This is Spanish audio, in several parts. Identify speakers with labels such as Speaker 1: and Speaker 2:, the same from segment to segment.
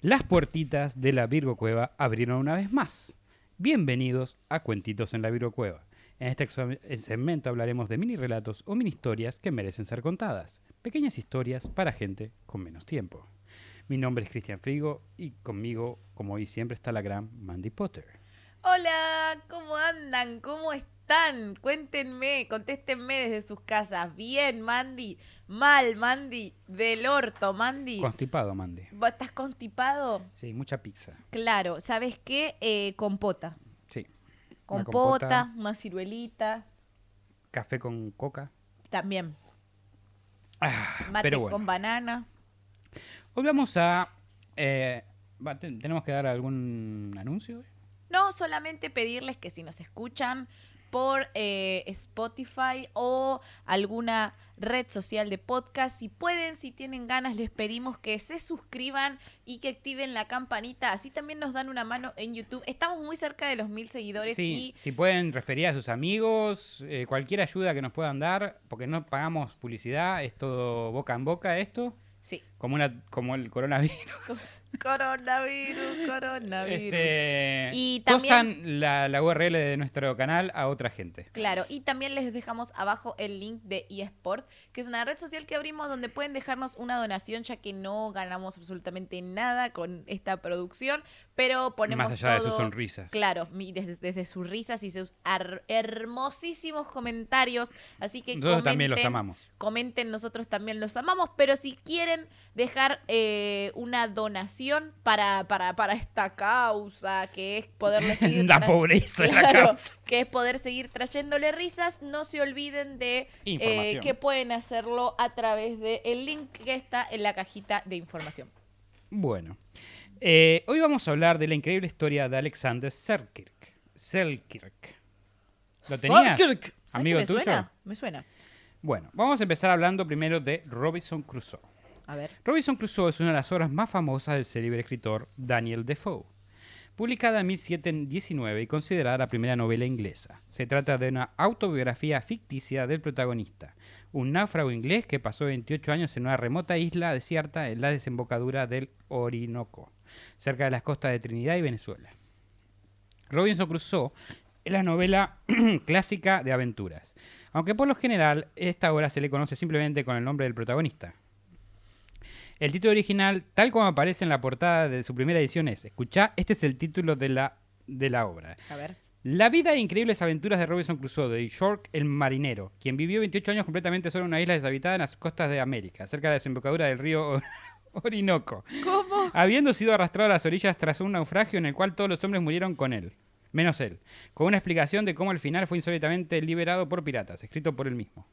Speaker 1: Las puertitas de la Virgo Cueva abrieron una vez más. Bienvenidos a Cuentitos en la Virgo Cueva. En este exam- en segmento hablaremos de mini relatos o mini historias que merecen ser contadas. Pequeñas historias para gente con menos tiempo. Mi nombre es Cristian Frigo y conmigo, como hoy siempre, está la gran Mandy Potter.
Speaker 2: Hola, ¿cómo andan? ¿Cómo están? Cuéntenme, contéstenme desde sus casas. Bien, Mandy. Mal, Mandy. Del orto, Mandy.
Speaker 1: Constipado, Mandy.
Speaker 2: ¿Vos estás constipado?
Speaker 1: Sí, mucha pizza.
Speaker 2: Claro, ¿sabes qué? Eh, compota.
Speaker 1: Sí. Una
Speaker 2: Compota, una, ciruelita,
Speaker 1: Café con coca.
Speaker 2: también.
Speaker 1: Ah,
Speaker 2: Mate
Speaker 1: pero bueno.
Speaker 2: con banana.
Speaker 1: Hoy vamos a... eh, va, ten- ¿Tenemos que dar algún anuncio? hoy?
Speaker 2: No, solamente pedirles que si nos escuchan por eh, Spotify o alguna red social de podcast, si pueden, si tienen ganas, les pedimos que se suscriban y que activen la campanita. Así también nos dan una mano en YouTube. Estamos muy cerca de los mil seguidores
Speaker 1: Sí,
Speaker 2: y
Speaker 1: si pueden referir a sus amigos, eh, cualquier ayuda que nos puedan dar, porque no pagamos publicidad, es todo boca en boca esto,
Speaker 2: sí.
Speaker 1: como una como el coronavirus.
Speaker 2: Co- Coronavirus, coronavirus.
Speaker 1: Este,
Speaker 2: Y
Speaker 1: Cosan la, la URL de nuestro canal a otra gente.
Speaker 2: Claro, y también les dejamos abajo el link de eSport, que es una red social que abrimos donde pueden dejarnos una donación, ya que no ganamos absolutamente nada con esta producción, pero ponemos
Speaker 1: Más allá de sus
Speaker 2: todo-
Speaker 1: sonrisas.
Speaker 2: Claro, mi- desde, desde sus risas y sus ar- hermosísimos comentarios. Así que
Speaker 1: Nosotros también los
Speaker 2: comenten,
Speaker 1: amamos.
Speaker 2: Comenten, nosotros también los amamos, pero si quieren dejar eh, una donación para, para, para esta causa, que es poderles seguir
Speaker 1: La
Speaker 2: tra-
Speaker 1: pobreza es la
Speaker 2: Claro,
Speaker 1: causa.
Speaker 2: que es poder seguir trayéndole risas. No se olviden de eh,
Speaker 1: Información.
Speaker 2: que pueden hacerlo a través del link que está en la cajita de información.
Speaker 1: Bueno, eh, hoy vamos a hablar de la increíble historia de Alexander Selkirk. Selkirk. ¿Lo tenías?
Speaker 2: Selkirk. ¿Sabes que
Speaker 1: ¿Amigo
Speaker 2: me
Speaker 1: tuyo?
Speaker 2: Suena? Me suena.
Speaker 1: Bueno, vamos a empezar hablando primero de Robinson Crusoe.
Speaker 2: A ver.
Speaker 1: Robinson Crusoe es una de las obras más famosas del célebre escritor Daniel Defoe, publicada en 1719 y considerada la primera novela inglesa. Se trata de una autobiografía ficticia del protagonista, un náufrago inglés que pasó 28 años en una remota isla desierta en la desembocadura del Orinoco, cerca de las costas de Trinidad y Venezuela. Robinson Crusoe es la novela clásica de aventuras, aunque por lo general esta obra se le conoce simplemente con el nombre del protagonista, el título original, tal como aparece en la portada de su primera edición, es, escuchá, este es el título de la, de la obra.
Speaker 2: A ver.
Speaker 1: La vida e increíbles aventuras de Robinson Crusoe, de York el marinero, quien vivió 28 años completamente solo en una isla deshabitada en las costas de América, cerca de la desembocadura del río Or- Orinoco,
Speaker 2: ¿Cómo?
Speaker 1: habiendo sido arrastrado a las orillas tras un naufragio en el cual todos los hombres murieron con él, menos él, con una explicación de cómo al final fue insólitamente liberado por piratas, escrito por él mismo.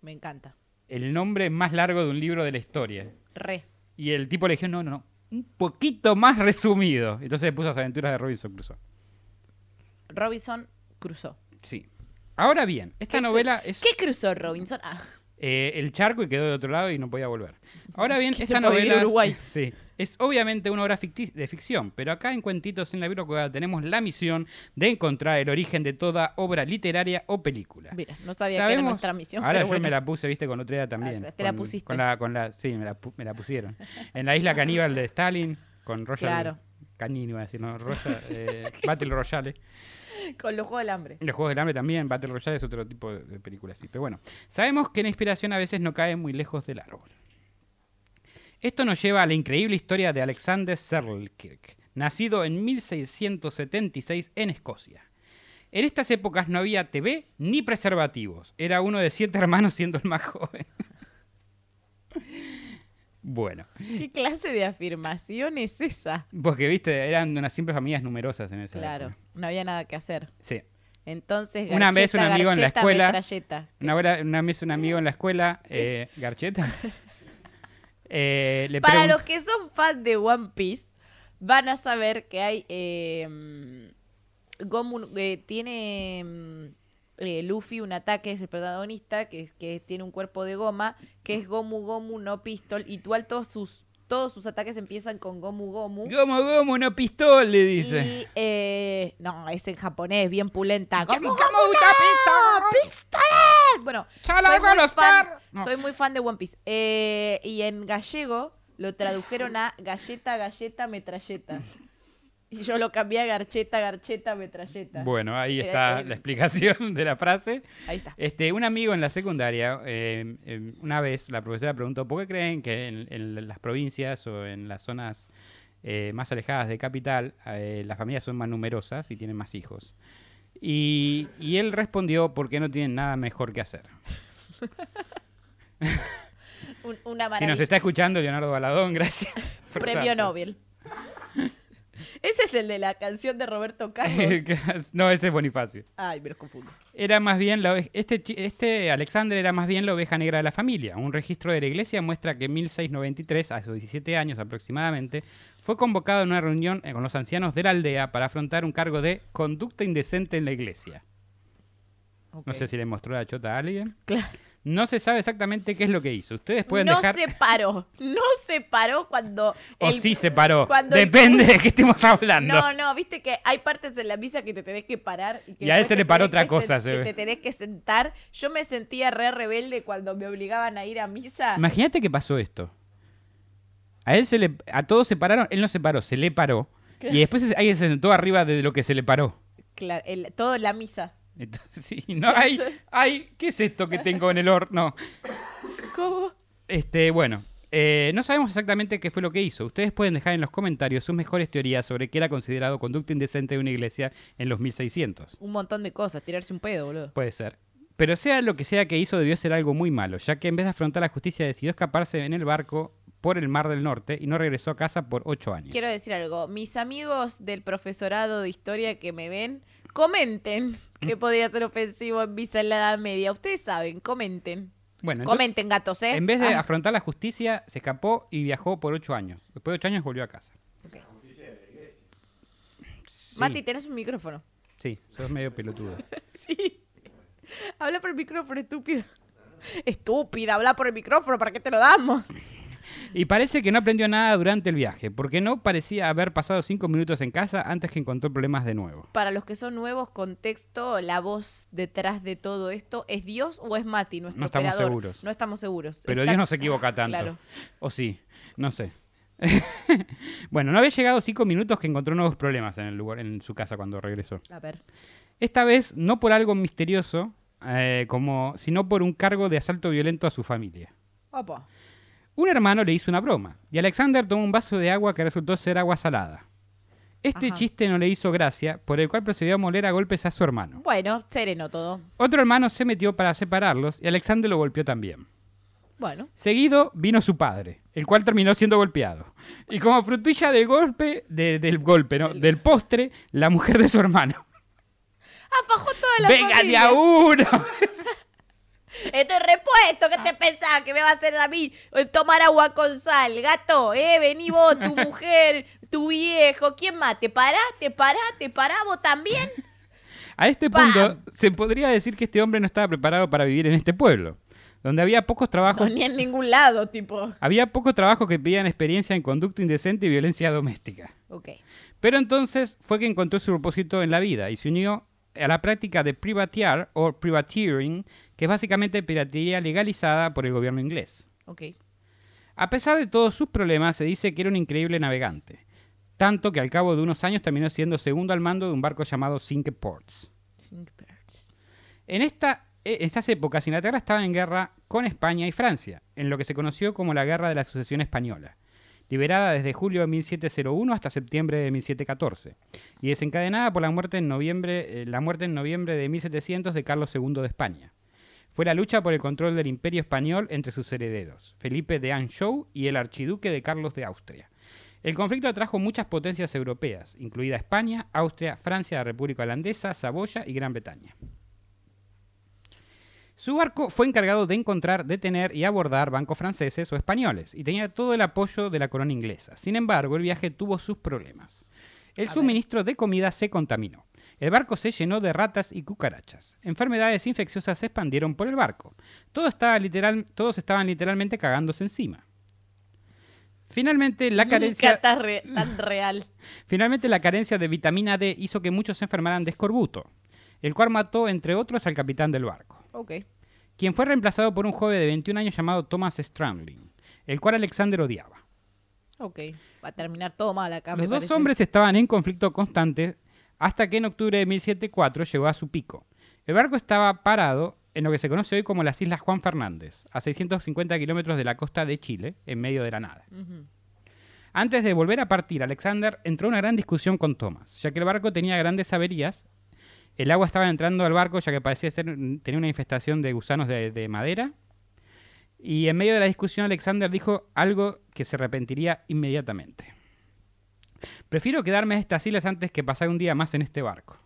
Speaker 2: Me encanta.
Speaker 1: El nombre más largo de un libro de la historia.
Speaker 2: Re.
Speaker 1: Y el tipo le dijo, no, no, no, un poquito más resumido. Entonces le puso las aventuras de Robinson Crusoe.
Speaker 2: Robinson cruzó.
Speaker 1: Sí. Ahora bien, esta
Speaker 2: ¿Qué-
Speaker 1: novela es
Speaker 2: ¿Qué cruzó Robinson? Ah,
Speaker 1: eh, el charco y quedó de otro lado y no podía volver. Ahora bien,
Speaker 2: Que se
Speaker 1: esta
Speaker 2: fue a vivir
Speaker 1: novela
Speaker 2: a Uruguay.
Speaker 1: sí, es obviamente una obra ficti- de ficción, pero acá en Cuentitos en la Biblioteca tenemos la misión de encontrar el origen de toda obra literaria o película.
Speaker 2: mira, no sabía que era
Speaker 1: Sabemos-
Speaker 2: nuestra misión.
Speaker 1: Ahora
Speaker 2: pero
Speaker 1: yo
Speaker 2: bueno.
Speaker 1: me la puse, viste, con otra también.
Speaker 2: Ah, te la
Speaker 1: con-
Speaker 2: pusiste.
Speaker 1: Con la, con la, sí, me la, pu- me la pusieron. En la isla caníbal de Stalin, con Royal
Speaker 2: Claro.
Speaker 1: Canin, iba a decir, no, Royal- eh, Battle Royale.
Speaker 2: Con los juegos del hambre.
Speaker 1: Los Juegos del Hambre también, Battle Royale es otro tipo de, de película así. Pero bueno, sabemos que la inspiración a veces no cae muy lejos del árbol. Esto nos lleva a la increíble historia de Alexander Selkirk, nacido en 1676 en Escocia. En estas épocas no había TV ni preservativos. Era uno de siete hermanos siendo el más joven. Bueno,
Speaker 2: ¿Qué clase de afirmación es esa?
Speaker 1: porque viste, eran unas simples familias numerosas en esa
Speaker 2: Claro,
Speaker 1: época.
Speaker 2: no había nada que hacer.
Speaker 1: Sí.
Speaker 2: Entonces,
Speaker 1: Una vez un
Speaker 2: garcheta,
Speaker 1: amigo en la
Speaker 2: garcheta,
Speaker 1: escuela-
Speaker 2: metralleta.
Speaker 1: Una, hora- una vez un amigo en la escuela, eh, Garcheta, eh, le
Speaker 2: Para
Speaker 1: preguntó-
Speaker 2: los que son fans de One Piece, van a saber que hay. eh, Gomu eh, tiene. mm, eh, Luffy, un ataque, es el protagonista, que, que tiene un cuerpo de goma, que es Gomu Gomu, no Pistol, y igual todos sus, todos sus ataques empiezan con Gomu Gomu.
Speaker 1: Gomo, gomo, no pistol, le dice.
Speaker 2: Y, eh, no, es en japonés, bien pulenta.
Speaker 1: Gomu,
Speaker 2: Gomu
Speaker 1: gomu,
Speaker 2: Gomu,
Speaker 1: una
Speaker 2: no,
Speaker 1: pistol.
Speaker 2: Pistolet. Bueno,
Speaker 1: Ya
Speaker 2: soy
Speaker 1: largo
Speaker 2: muy,
Speaker 1: los
Speaker 2: fan,
Speaker 1: par- No.
Speaker 2: soy muy fan de One Piece. Eh, y en gallego lo tradujeron a galleta, galleta, metralleta. Y yo lo cambié a garcheta, garcheta, metralleta.
Speaker 1: Bueno, ahí
Speaker 2: Era
Speaker 1: está
Speaker 2: el-
Speaker 1: la explicación de la frase.
Speaker 2: Ahí está.
Speaker 1: Este, un amigo en la secundaria, eh, eh, una vez la profesora preguntó, ¿por qué creen que en, en las provincias o en las zonas eh, más alejadas de capital eh, las familias son más numerosas y tienen más hijos? Y, y él respondió, porque no tienen nada mejor que hacer.
Speaker 2: Un- una
Speaker 1: Si
Speaker 2: maravilla.
Speaker 1: nos está escuchando Leonardo Baladón, gracias. por
Speaker 2: Premio
Speaker 1: tanto.
Speaker 2: Nobel. Ese es el de la canción de Roberto Carlos.
Speaker 1: no, ese es Bonifacio.
Speaker 2: Ay, me los confundo.
Speaker 1: Era más bien la ove- este, chi- este Alexander era más bien la oveja negra de la familia. Un registro de la iglesia muestra que en 1693, a sus 17 años aproximadamente, fue convocado en una reunión eh, con los ancianos de la aldea para afrontar un cargo de conducta indecente en la iglesia.
Speaker 2: Ok.
Speaker 1: No sé si le mostró la chota a alguien.
Speaker 2: Claro.
Speaker 1: No se sabe exactamente qué es lo que hizo. Ustedes pueden
Speaker 2: no
Speaker 1: dejar...
Speaker 2: se paró. No se paró cuando.
Speaker 1: O
Speaker 2: el-
Speaker 1: sí se paró.
Speaker 2: cuando el-
Speaker 1: Depende de qué estemos hablando.
Speaker 2: No, no, viste que hay partes de la misa que te tenés que parar. Y, que
Speaker 1: Y a él
Speaker 2: después
Speaker 1: se le
Speaker 2: te
Speaker 1: paró
Speaker 2: tenés
Speaker 1: otra
Speaker 2: que
Speaker 1: cosa,
Speaker 2: sen-
Speaker 1: se
Speaker 2: que
Speaker 1: ve.
Speaker 2: te tenés que sentar. Yo me sentía re rebelde cuando me obligaban a ir a misa.
Speaker 1: Imagínate que pasó esto. A él se le... A todos se pararon. Él no se paró, se le paró. Y después se- alguien se sentó arriba de lo que se le paró.
Speaker 2: Claro, el- todo la misa.
Speaker 1: Entonces, sí, no, ay, ay, ¿qué es esto que tengo en el horno?
Speaker 2: ¿Cómo?
Speaker 1: Este, bueno, eh, no sabemos exactamente qué fue lo que hizo. Ustedes pueden dejar en los comentarios sus mejores teorías sobre qué era considerado conducta indecente de una iglesia en los 1600.
Speaker 2: Un montón de cosas, tirarse un pedo, boludo.
Speaker 1: Puede ser. Pero sea lo que sea que hizo, debió ser algo muy malo, ya que en vez de afrontar la justicia decidió escaparse en el barco por el Mar del Norte y no regresó a casa por ocho años.
Speaker 2: Quiero decir algo. Mis amigos del profesorado de historia que me ven, comenten que podría ser ofensivo en misa en la Edad Media. Ustedes saben, comenten.
Speaker 1: Bueno, entonces,
Speaker 2: comenten, gatos, ¿eh?
Speaker 1: en vez de
Speaker 2: Ah,
Speaker 1: afrontar la justicia, se escapó y viajó por ocho años. Después de ocho años volvió a casa.
Speaker 2: ok.
Speaker 1: Sí,
Speaker 2: Mati, tenés un micrófono.
Speaker 1: sí, sos medio pelotudo.
Speaker 2: Sí. Habla por el micrófono, estúpida. Estúpida, habla por el micrófono, ¿para qué te lo damos?
Speaker 1: Y parece que no aprendió nada durante el viaje, porque no parecía haber pasado cinco minutos en casa antes que encontró problemas de nuevo.
Speaker 2: Para los que son nuevos, contexto, la voz detrás de todo esto, ¿es Dios o es Mati, nuestro
Speaker 1: No estamos
Speaker 2: operador?
Speaker 1: seguros.
Speaker 2: No estamos seguros.
Speaker 1: Pero
Speaker 2: Está-
Speaker 1: Dios no se equivoca tanto.
Speaker 2: Claro.
Speaker 1: O sí, no sé. bueno, no había llegado cinco minutos que encontró nuevos problemas en el lugar, en su casa cuando regresó.
Speaker 2: A ver.
Speaker 1: Esta vez no por algo misterioso, eh, como, sino por un cargo de asalto violento a su familia.
Speaker 2: Opa.
Speaker 1: Un hermano le hizo una broma y Alexander tomó un vaso de agua que resultó ser agua salada. Este
Speaker 2: Ajá.
Speaker 1: chiste no le hizo gracia, por el cual procedió a moler a golpes a su hermano.
Speaker 2: Bueno, sereno todo.
Speaker 1: Otro hermano se metió para separarlos y Alexander lo golpeó también.
Speaker 2: Bueno.
Speaker 1: Seguido vino su padre, el cual terminó siendo golpeado. Y como frutilla del golpe, de- del golpe, ¿no? Del postre, la mujer de su hermano.
Speaker 2: Afajó toda la
Speaker 1: ¡Venga de
Speaker 2: familia.
Speaker 1: a uno!
Speaker 2: Estoy repuesto, ¿qué te pensás que me va a hacer a mí eh, tomar agua con sal? Gato, eh, vení vos, tu mujer, tu viejo, ¿quién más? ¿Te parás? ¿Te parás? ¿Te parás vos también?
Speaker 1: A este
Speaker 2: ¡Pam!
Speaker 1: punto, se podría decir que este hombre no estaba preparado para vivir en este pueblo, donde había pocos
Speaker 2: No,
Speaker 1: trabajos
Speaker 2: ni en ningún lado, tipo.
Speaker 1: Había pocos trabajos que pedían experiencia en conducta indecente y violencia doméstica.
Speaker 2: Ok.
Speaker 1: Pero entonces fue que encontró su propósito en la vida y se unió a la práctica de privatear o privateering, que es básicamente piratería legalizada por el gobierno inglés.
Speaker 2: Ok.
Speaker 1: A pesar de todos sus problemas, se dice que era un increíble navegante, tanto que al cabo de unos años terminó siendo segundo al mando de un barco llamado Cinque Ports.
Speaker 2: Cinco birds.
Speaker 1: En esta- e- estas épocas, Inglaterra estaba en guerra con España y Francia, en lo que se conoció como la Guerra de la Sucesión Española, liberada desde julio de 1701 hasta septiembre de 1714, y desencadenada por la muerte en noviembre, eh, la muerte en noviembre de 1700 de Carlos II de España. Fue la lucha por el control del imperio español entre sus herederos, Felipe de Anjou y el archiduque de Carlos de Austria. El conflicto atrajo muchas potencias europeas, incluida España, Austria, Francia, la República Holandesa, Saboya y Gran Bretaña. Su barco fue encargado de encontrar, detener y abordar bancos franceses o españoles y tenía todo el apoyo de la corona inglesa. Sin embargo, el viaje tuvo sus problemas. El
Speaker 2: A ver.
Speaker 1: suministro de comida se contaminó. El barco se llenó de ratas y cucarachas. Enfermedades infecciosas se expandieron por el barco. Todo estaba literal- todos estaban literalmente cagándose encima. Finalmente, la
Speaker 2: Nunca
Speaker 1: carencia...
Speaker 2: está re- tan real.
Speaker 1: Finalmente, la carencia de vitamina D hizo que muchos se enfermaran de escorbuto, el cual mató, entre otros, al capitán del barco,
Speaker 2: Ok.
Speaker 1: quien fue reemplazado por un joven de 21 años llamado Thomas Stramling, el cual Alexander odiaba.
Speaker 2: Ok, va a terminar todo mal acá. Ah, me
Speaker 1: Los dos
Speaker 2: parece.
Speaker 1: hombres estaban en conflicto constante hasta que en octubre de 1704 llegó a su pico. El barco estaba parado en lo que se conoce hoy como las Islas Juan Fernández, a 650 kilómetros de la costa de Chile, en medio de la nada.
Speaker 2: Ujú.
Speaker 1: Antes de volver a partir, Alexander entró en una gran discusión con Thomas, ya que el barco tenía grandes averías. El agua estaba entrando al barco, ya que parecía ser, tenía una infestación de gusanos de, de madera. Y en medio de la discusión, Alexander dijo algo que se arrepentiría inmediatamente. Prefiero quedarme en estas islas antes que pasar un día más en este barco.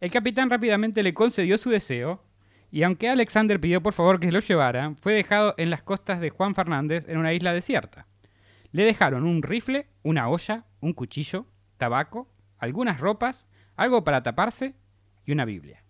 Speaker 1: El capitán rápidamente le concedió su deseo, y aunque Alexander pidió por favor que lo llevara, fue dejado en las costas de Juan Fernández en una isla desierta. Le dejaron un rifle, una olla, un cuchillo, tabaco, algunas ropas, algo para taparse y una Biblia.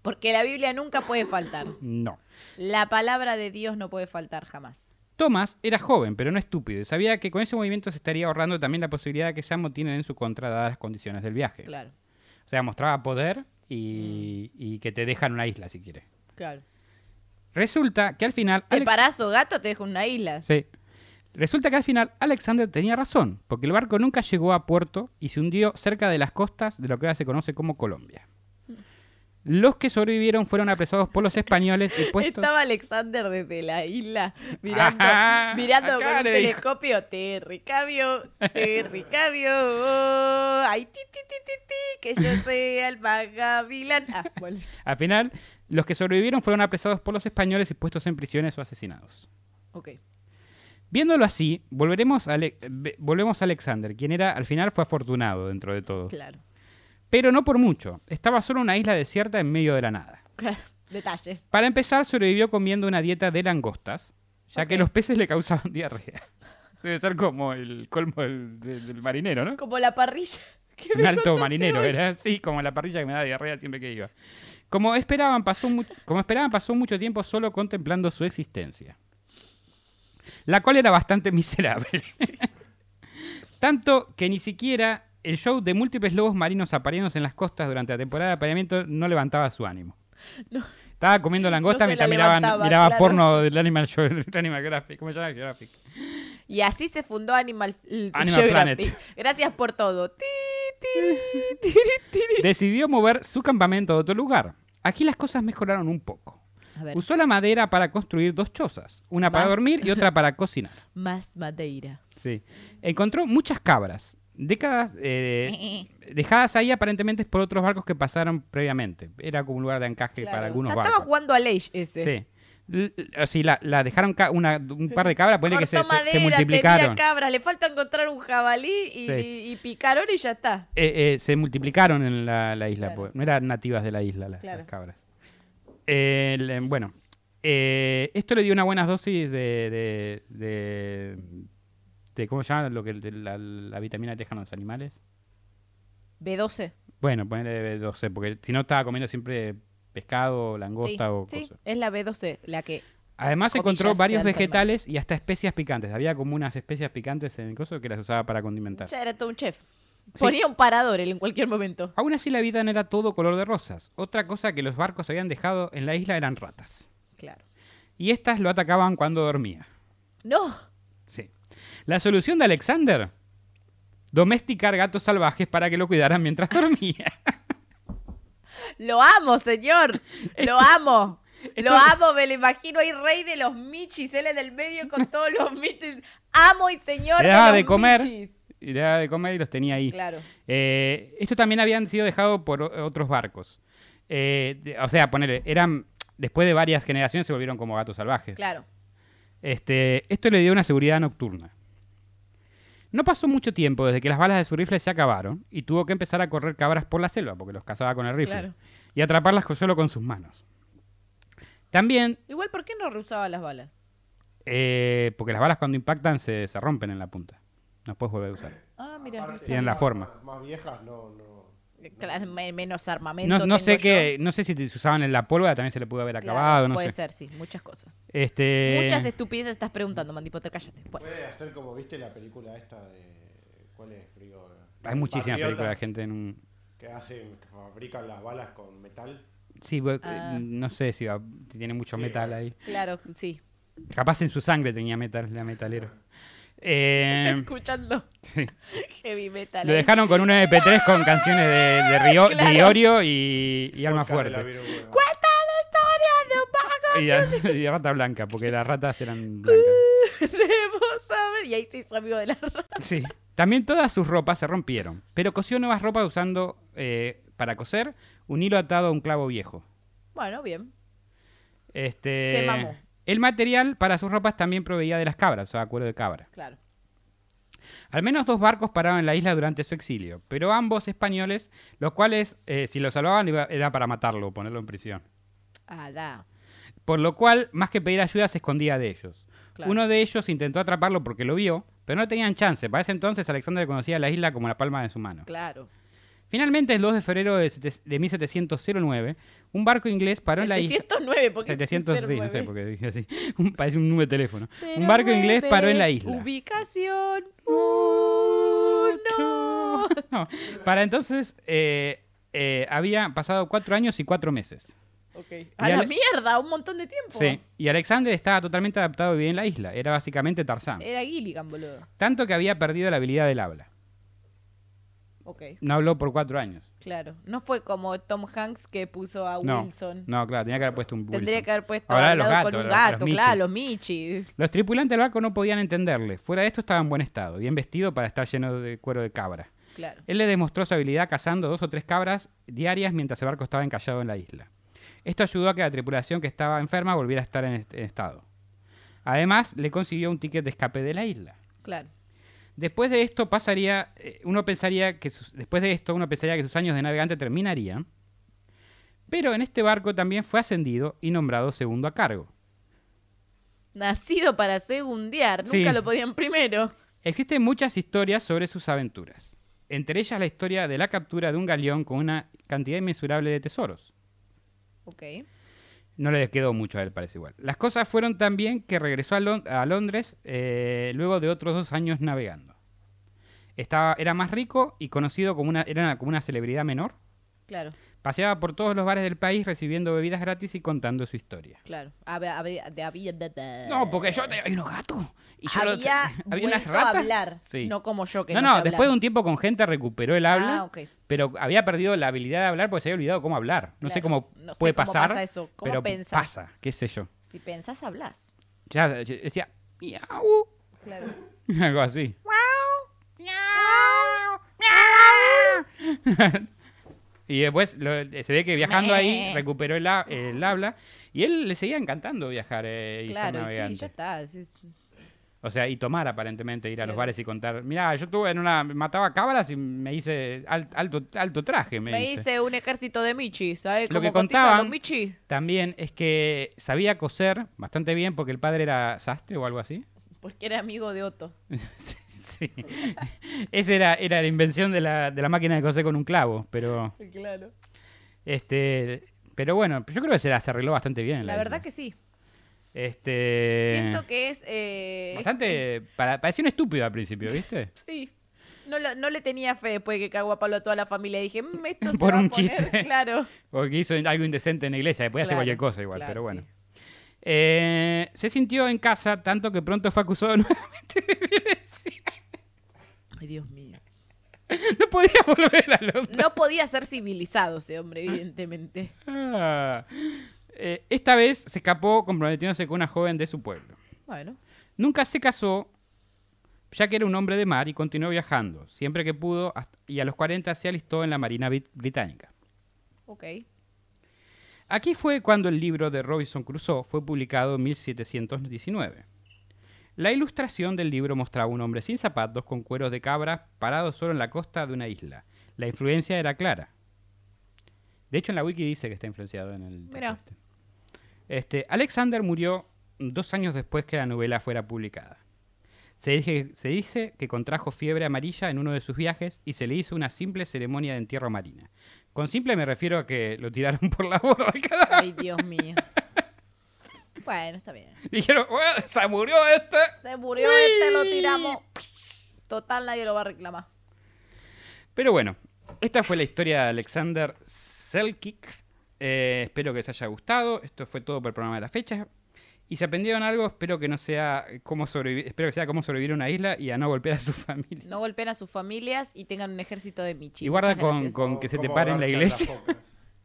Speaker 2: Porque la Biblia nunca puede faltar.
Speaker 1: No.
Speaker 2: La palabra de Dios no puede faltar jamás.
Speaker 1: Thomas era joven, pero no estúpido, y sabía que con ese movimiento se estaría ahorrando también la posibilidad de que Samo tienen en su contra dadas las condiciones del viaje.
Speaker 2: Claro, Mm.
Speaker 1: O sea, mostraba poder y, y que te dejan una isla si quieres.
Speaker 2: claro.
Speaker 1: Resulta que al final...
Speaker 2: Te
Speaker 1: Alex-
Speaker 2: parás o gato, te dejo en una isla.
Speaker 1: Sí. Resulta que al final Alexander tenía razón, porque el barco nunca llegó a puerto y se hundió cerca de las costas de lo que ahora se conoce como Colombia.
Speaker 2: Mm.
Speaker 1: Los que sobrevivieron fueron apresados por los españoles y puestos...
Speaker 2: Estaba Alexander desde la isla mirando,
Speaker 1: Ajá,
Speaker 2: mirando
Speaker 1: acá
Speaker 2: con un
Speaker 1: le dijo.
Speaker 2: telescopio. Te recabio, te recabio. oh, ay, ti, ti, ti, ti, ti, que yo sea el vagabilán. Ah, bueno.
Speaker 1: Al final, los que sobrevivieron fueron apresados por los españoles y puestos en prisiones o asesinados.
Speaker 2: Ok.
Speaker 1: Viéndolo así, volveremos a Ale- ve- volvemos a Alexander, quien era al final fue afortunado dentro de todo.
Speaker 2: Claro,
Speaker 1: Pero no por mucho, estaba solo en una isla desierta en medio de la nada.
Speaker 2: claro. Detalles.
Speaker 1: Para empezar, sobrevivió comiendo una dieta de langostas, ya que
Speaker 2: Ok.
Speaker 1: los peces le causaban diarrea. Debe ser como el colmo del, del- del marinero, ¿no?
Speaker 2: Como la parrilla. que
Speaker 1: Un
Speaker 2: me
Speaker 1: alto
Speaker 2: contaste
Speaker 1: marinero,
Speaker 2: hoy.
Speaker 1: era así, como la parrilla que me da diarrea siempre que iba. Como esperaban, pasó mu- como esperaban, pasó mucho tiempo solo contemplando su existencia. La cual era bastante miserable. Tanto que ni siquiera el show de múltiples lobos marinos apareándose en las costas durante la temporada de apareamiento no levantaba su ánimo.
Speaker 2: No.
Speaker 1: Estaba comiendo langosta
Speaker 2: No se
Speaker 1: mientras
Speaker 2: la
Speaker 1: miraban-
Speaker 2: levantaba,
Speaker 1: miraba
Speaker 2: claro.
Speaker 1: porno del Animal, Show- del Animal Graphic. ¿Cómo se llama? Graphic.
Speaker 2: Y así se fundó Animal,
Speaker 1: Animal
Speaker 2: Geographic.
Speaker 1: Planet.
Speaker 2: Gracias por todo. Ti, tiri, tiri.
Speaker 1: Decidió mover su campamento a otro lugar. Aquí las cosas mejoraron un poco.
Speaker 2: A ver,
Speaker 1: Usó la madera para construir dos chozas, una para
Speaker 2: Más.
Speaker 1: dormir y otra para cocinar.
Speaker 2: más madeira.
Speaker 1: Sí. Encontró muchas cabras, décadas eh, dejadas ahí aparentemente por otros barcos que pasaron previamente. Era como un lugar de encaje
Speaker 2: Claro.
Speaker 1: para algunos
Speaker 2: Estaba
Speaker 1: barcos.
Speaker 2: jugando a Leish ese.
Speaker 1: Sí. L- l- o sea, la, la dejaron ca- una- un par de cabras, ponele que se,
Speaker 2: Cortó
Speaker 1: se- se
Speaker 2: madera,
Speaker 1: multiplicaron.
Speaker 2: tenía cabras, le falta encontrar un jabalí y,
Speaker 1: Sí.
Speaker 2: y- y picaron y ya está.
Speaker 1: Eh, eh, se multiplicaron en la, la isla,
Speaker 2: Claro.
Speaker 1: porque no eran nativas de la isla las,
Speaker 2: Claro.
Speaker 1: las cabras. Eh, le- bueno, eh, esto le dio una buena dosis de, de, de- de- ¿cómo se llama? Lo que, de la, la vitamina que dejan los animales.
Speaker 2: B12.
Speaker 1: Bueno, ponele B12, porque si no estaba comiendo siempre pescado, langosta o
Speaker 2: sí,
Speaker 1: cosas.
Speaker 2: es la B12 la que...
Speaker 1: Además
Speaker 2: Comillas
Speaker 1: encontró
Speaker 2: que
Speaker 1: varios
Speaker 2: dan los
Speaker 1: vegetales y hasta especias picantes. Había como unas especias picantes en el coso que las usaba para condimentar.
Speaker 2: Ya era todo un chef. Ponía un parador él en cualquier momento.
Speaker 1: Aún así la vida no era todo color de rosas. Otra cosa que los barcos habían dejado en la isla eran ratas.
Speaker 2: Claro.
Speaker 1: Y estas lo atacaban cuando dormía.
Speaker 2: No,
Speaker 1: Sí. La solución de Alexander, domesticar gatos salvajes para que lo cuidaran mientras dormía.
Speaker 2: lo amo, señor. Lo amo.
Speaker 1: esto-
Speaker 2: Lo amo, me lo imagino ahí rey de los michis, él en el medio con todos los michis. Amo y señor
Speaker 1: Le
Speaker 2: de
Speaker 1: daba
Speaker 2: los
Speaker 1: de comer,
Speaker 2: michis.
Speaker 1: y le daba de comer y los tenía ahí.
Speaker 2: Claro.
Speaker 1: Eh, esto también habían sido dejado por o- otros barcos. Eh, de- o sea, poner, eran después de varias generaciones se volvieron como gatos salvajes.
Speaker 2: Claro.
Speaker 1: Este, esto le dio una seguridad nocturna. No pasó mucho tiempo desde que las balas de su rifle se acabaron y tuvo que empezar a correr cabras por la selva porque los cazaba con el rifle
Speaker 2: Claro.
Speaker 1: y atraparlas con- solo con sus manos. También,
Speaker 2: Igual, ¿por qué no rehusaba las balas?
Speaker 1: eh, porque las balas cuando impactan se, se rompen en la punta. No puedes volver a usar.
Speaker 2: Ah, mira. no
Speaker 1: Sí, en la forma.
Speaker 3: Más viejas, no, no.
Speaker 2: Claro, me- menos armamento.
Speaker 1: No, no sé
Speaker 2: tengo
Speaker 1: qué, no sé si te- se usaban en la pólvora, también se le pudo haber
Speaker 2: yo. Claro,
Speaker 1: acabado, no
Speaker 2: Puede
Speaker 1: sé.
Speaker 2: ser, sí, muchas cosas.
Speaker 1: Este,
Speaker 2: Muchas estupideces estás preguntando, Mandy Potter, cállate. Bueno,
Speaker 3: Puede hacer como viste la película esta de. ¿Cuál es? Frigo.
Speaker 1: hay muchísimas
Speaker 3: Patriota,
Speaker 1: películas de gente en un...
Speaker 3: Que hacen, que fabrican las balas con metal.
Speaker 1: Sí, bo-
Speaker 2: Ah.
Speaker 1: eh, no sé si, va- si tiene mucho
Speaker 3: Sí,
Speaker 1: metal
Speaker 3: bueno.
Speaker 1: ahí.
Speaker 2: claro, sí.
Speaker 1: Capaz en su sangre tenía metal, la metalero. Eh,
Speaker 2: escuchando
Speaker 1: sí.
Speaker 2: heavy metal.
Speaker 1: Lo dejaron con un MP3 con canciones de, de, Rio- de
Speaker 2: Claro.
Speaker 1: Iorio y, y Alma
Speaker 3: Podcast de la
Speaker 1: Fuerte.
Speaker 3: Viruga.
Speaker 2: Cuenta la historia de un pájaro.
Speaker 1: Y, de- y de Rata Blanca, porque las ratas eran blancas.
Speaker 2: Debo saber. Y ahí se hizo amigo de la rata.
Speaker 1: Sí. También todas sus ropas se rompieron, pero cosió nuevas ropas usando, eh, para coser, un hilo atado a un clavo viejo.
Speaker 2: Bueno, bien.
Speaker 1: Este,
Speaker 2: Se mamó.
Speaker 1: El material para sus ropas también proveía de las cabras, o sea, cuero de cabra.
Speaker 2: Claro.
Speaker 1: Al menos dos barcos pararon en la isla durante su exilio, pero ambos españoles, los cuales, eh, si lo salvaban, iba- era para matarlo, ponerlo en prisión.
Speaker 2: Ah, da.
Speaker 1: Por lo cual, más que pedir ayuda, se escondía de ellos.
Speaker 2: Claro.
Speaker 1: Uno de ellos intentó atraparlo porque lo vio, pero no tenían chance. Para ese entonces, Alexander conocía la isla como la palma de su mano.
Speaker 2: Claro.
Speaker 1: Finalmente, el 2 de febrero de, sete- de 1709, un barco inglés paró en la isla.
Speaker 2: 709, porque
Speaker 1: 700, sí, no sé por qué dije así. Un- parece un número de teléfono.
Speaker 2: 09,
Speaker 1: un barco inglés paró en la isla.
Speaker 2: Ubicación.
Speaker 1: No. Para entonces, eh, eh, había pasado cuatro años y cuatro meses.
Speaker 2: Ok. A
Speaker 1: Y
Speaker 2: la
Speaker 1: Ale-
Speaker 2: mierda, un montón de tiempo.
Speaker 1: Sí. Y Alexander estaba totalmente adaptado y bien en la isla. Era básicamente Tarzán.
Speaker 2: Era Gilligan, boludo.
Speaker 1: Tanto que había perdido la habilidad del habla.
Speaker 2: Ok,
Speaker 1: No habló por cuatro años.
Speaker 2: claro. No fue como Tom Hanks que puso a
Speaker 1: No,
Speaker 2: Wilson.
Speaker 1: no, claro, tenía que haber puesto un
Speaker 2: Tendría
Speaker 1: Wilson.
Speaker 2: que haber puesto
Speaker 1: Hablaba de los
Speaker 2: hablado
Speaker 1: gatos,
Speaker 2: con un
Speaker 1: los- los
Speaker 2: gato,
Speaker 1: michis.
Speaker 2: claro, los Michi.
Speaker 1: Los tripulantes del barco no podían entenderle. Fuera de esto estaba en buen estado, bien vestido para estar lleno de cuero de cabra.
Speaker 2: Claro.
Speaker 1: Él le demostró su habilidad cazando dos o tres cabras diarias mientras el barco estaba encallado en la isla. Esto ayudó a que la tripulación que estaba enferma volviera a estar en, est- en estado. Además, le consiguió un ticket de escape de la isla.
Speaker 2: Claro.
Speaker 1: Después de esto pasaría, eh, uno pensaría que sus- después de esto uno pensaría que sus años de navegante terminarían, pero en este barco también fue ascendido y nombrado segundo a cargo.
Speaker 2: Nacido para segundear,
Speaker 1: Sí.
Speaker 2: nunca lo podían primero.
Speaker 1: Existen muchas historias sobre sus aventuras, entre ellas la historia de la captura de un galeón con una cantidad inmensurable de tesoros.
Speaker 2: Ok.
Speaker 1: No le quedó mucho a él, parece igual. Las cosas fueron tan bien que regresó a, Lon- a Londres eh, luego de otros dos años navegando. Estaba, era más rico y conocido como una, era una- como una celebridad menor.
Speaker 2: Claro,
Speaker 1: Paseaba por todos los bares del país recibiendo bebidas gratis y contando su historia.
Speaker 2: claro. Había, había, de- había- de- de-
Speaker 1: No, porque yo te- hay unos gatos. Y yo lo-
Speaker 2: Eh. había,
Speaker 1: había unas
Speaker 2: vuelto
Speaker 1: ratas.
Speaker 2: a hablar.
Speaker 1: Sí.
Speaker 2: No como yo que
Speaker 1: no,
Speaker 2: no,
Speaker 1: no, después de un tiempo con gente recuperó el habla,
Speaker 2: Ah, ok.
Speaker 1: pero había perdido la habilidad de hablar porque se había olvidado cómo hablar. No sé
Speaker 2: Claro,
Speaker 1: cómo
Speaker 2: no sé
Speaker 1: puede
Speaker 2: cómo
Speaker 1: pasar,
Speaker 2: pasa eso, cómo
Speaker 1: pero
Speaker 2: pensás.
Speaker 1: pasa, qué sé yo.
Speaker 2: Si pensás, hablas.
Speaker 1: Ya ya- decía, miau,
Speaker 2: Claro.
Speaker 1: algo así. Y después lo- se ve que viajando
Speaker 2: Eh.
Speaker 1: ahí recuperó el, ha- el habla y él le seguía encantando viajar eh, y ser
Speaker 2: Claro, y sí,
Speaker 1: navegante.
Speaker 2: ya está. sí, sí.
Speaker 1: O sea, y tomar aparentemente, ir a los
Speaker 2: Claro.
Speaker 1: bares y contar. Mirá, yo tuve en una. Mataba cábalas y me hice al- alto, alto traje, me,
Speaker 2: Me
Speaker 1: dice.
Speaker 2: hice un ejército de michis, ¿sabes?
Speaker 1: Lo
Speaker 2: Lo
Speaker 1: que
Speaker 2: que contaban.
Speaker 1: contaban-
Speaker 2: Los michis.
Speaker 1: También es que sabía coser bastante bien porque el padre era sastre o algo así.
Speaker 2: Porque era amigo de Otto.
Speaker 1: sí, sí. Esa era, era la invención de la, de la máquina de coser con un clavo, pero.
Speaker 2: Claro.
Speaker 1: Este. Pero bueno, yo creo que se la se arregló bastante bien. en
Speaker 2: La verdad que sí.
Speaker 1: Este.
Speaker 2: Siento que es. eh,
Speaker 1: Bastante. para- parecía un estúpido al principio, ¿viste?
Speaker 2: Sí. No, lo- no le tenía fe después que cagó a palo a toda la familia. Dije, "Mm, esto se
Speaker 1: Por
Speaker 2: va a
Speaker 1: un
Speaker 2: poner",
Speaker 1: chiste.
Speaker 2: Claro.
Speaker 1: Porque hizo algo indecente en la iglesia, podía hacer
Speaker 2: Claro,
Speaker 1: cualquier cosa igual,
Speaker 2: claro,
Speaker 1: pero bueno.
Speaker 2: sí.
Speaker 1: Eh, se sintió en casa tanto que pronto fue acusado nuevamente de violencia.
Speaker 2: Ay, Dios mío.
Speaker 1: No podía volver a Londres.
Speaker 2: No podía ser civilizado ese hombre, evidentemente.
Speaker 1: Ah. Eh, esta vez se escapó comprometiéndose con una joven de su pueblo.
Speaker 2: Bueno,
Speaker 1: Nunca se casó, ya que era un hombre de mar y continuó viajando, siempre que pudo, hasta- y a los 40 se alistó en la Marina Brit- Británica.
Speaker 2: ok.
Speaker 1: Aquí fue cuando el libro de Robinson Crusoe fue publicado en 1719. La ilustración del libro mostraba un hombre sin zapatos con cueros de cabra parado solo en la costa de una isla. La influencia era clara. De hecho, en la wiki dice que está influenciado en el... texto
Speaker 2: Mirá.
Speaker 1: este. Este, Alexander murió dos años después que la novela fuera publicada. Se dije- se dice que contrajo fiebre amarilla en uno de sus viajes y se le hizo una simple ceremonia de entierro marina. Con simple me refiero a que lo tiraron por la borda del cadáver.
Speaker 2: Ay, Dios mío. Bueno, está bien.
Speaker 1: Dijeron, "Bueno, se murió este.
Speaker 2: Se murió este, lo tiramos. Total, nadie lo va a reclamar.
Speaker 1: Pero bueno, esta fue la historia de Alexander Selkirk. Eh, espero que les haya gustado. Esto fue todo por el programa de la fecha. Y si aprendieron algo, espero que no sea cómo sobrevivir, espero que sea cómo sobrevivir a una isla y a no golpear a su familia.
Speaker 2: No golpeen a sus familias y tengan un ejército de Michi.
Speaker 1: y guarda
Speaker 2: Muchas
Speaker 1: con,
Speaker 2: gracias.
Speaker 1: con que se te
Speaker 3: ¿Cómo
Speaker 1: pare en la
Speaker 3: garchan las
Speaker 1: iglesia.
Speaker 3: focas?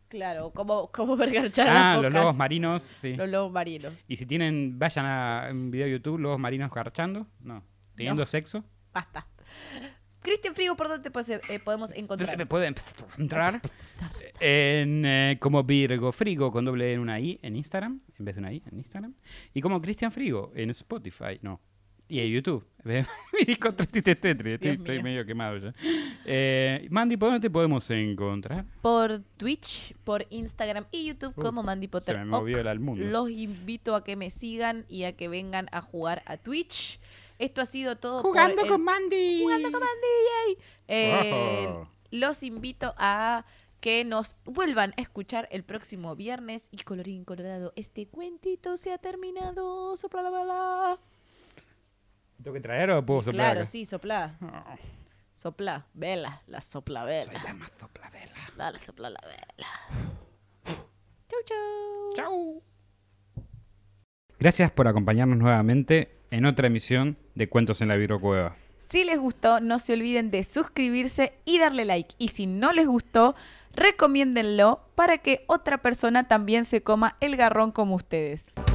Speaker 2: Claro, como, como vergarchar a las
Speaker 1: Ah, los
Speaker 2: focas,
Speaker 1: lobos marinos, sí.
Speaker 2: los lobos marinos.
Speaker 1: Y si tienen, vayan a un video de YouTube, lobos marinos garchando, no, teniendo
Speaker 2: No.
Speaker 1: sexo.
Speaker 2: Basta. Cristian Frigo, ¿por dónde pues, eh, podemos
Speaker 1: Me
Speaker 2: encontrar?
Speaker 1: pueden entrar en eh, como Virgo Frigo con doble E en una I en Instagram, en vez de una I en Instagram, y como Cristian Frigo en Spotify, no, y en YouTube. Mi disco Tetris, Tetris, estoy,
Speaker 2: Dios
Speaker 1: estoy
Speaker 2: mío.
Speaker 1: medio quemado ya. Eh, Mandy, ¿por dónde te podemos encontrar?
Speaker 2: Por Twitch, por Instagram y YouTube
Speaker 1: Uh,
Speaker 2: como Mandy Potter.
Speaker 1: se me
Speaker 2: Oc.
Speaker 1: movió el al mundo.
Speaker 2: Los invito a que me sigan y a que vengan a jugar a Twitch. Esto ha sido todo. por
Speaker 1: Jugando
Speaker 2: el-
Speaker 1: con Mandy.
Speaker 2: Jugando con Mandy, yay. Eh,
Speaker 1: Wow.
Speaker 2: Los invito a que nos vuelvan a escuchar el próximo viernes. Y colorín colorado, este cuentito se ha terminado. Sopla la bala.
Speaker 1: ¿Tengo que traer o puedo soplar?
Speaker 2: Claro,
Speaker 1: acá?
Speaker 2: sí, sopla.
Speaker 1: Oh,
Speaker 2: Sopla, vela, la sopla
Speaker 1: soy la
Speaker 2: vela.
Speaker 1: más soplavela.
Speaker 2: Dale, sopla la vela. Chau, chau.
Speaker 1: Chau. Gracias por acompañarnos nuevamente en otra emisión de Cuentos en la Virocueva.
Speaker 2: Si les gustó, no se olviden de suscribirse y darle like. Y si no les gustó, recomiéndenlo para que otra persona también se coma el garrón como ustedes.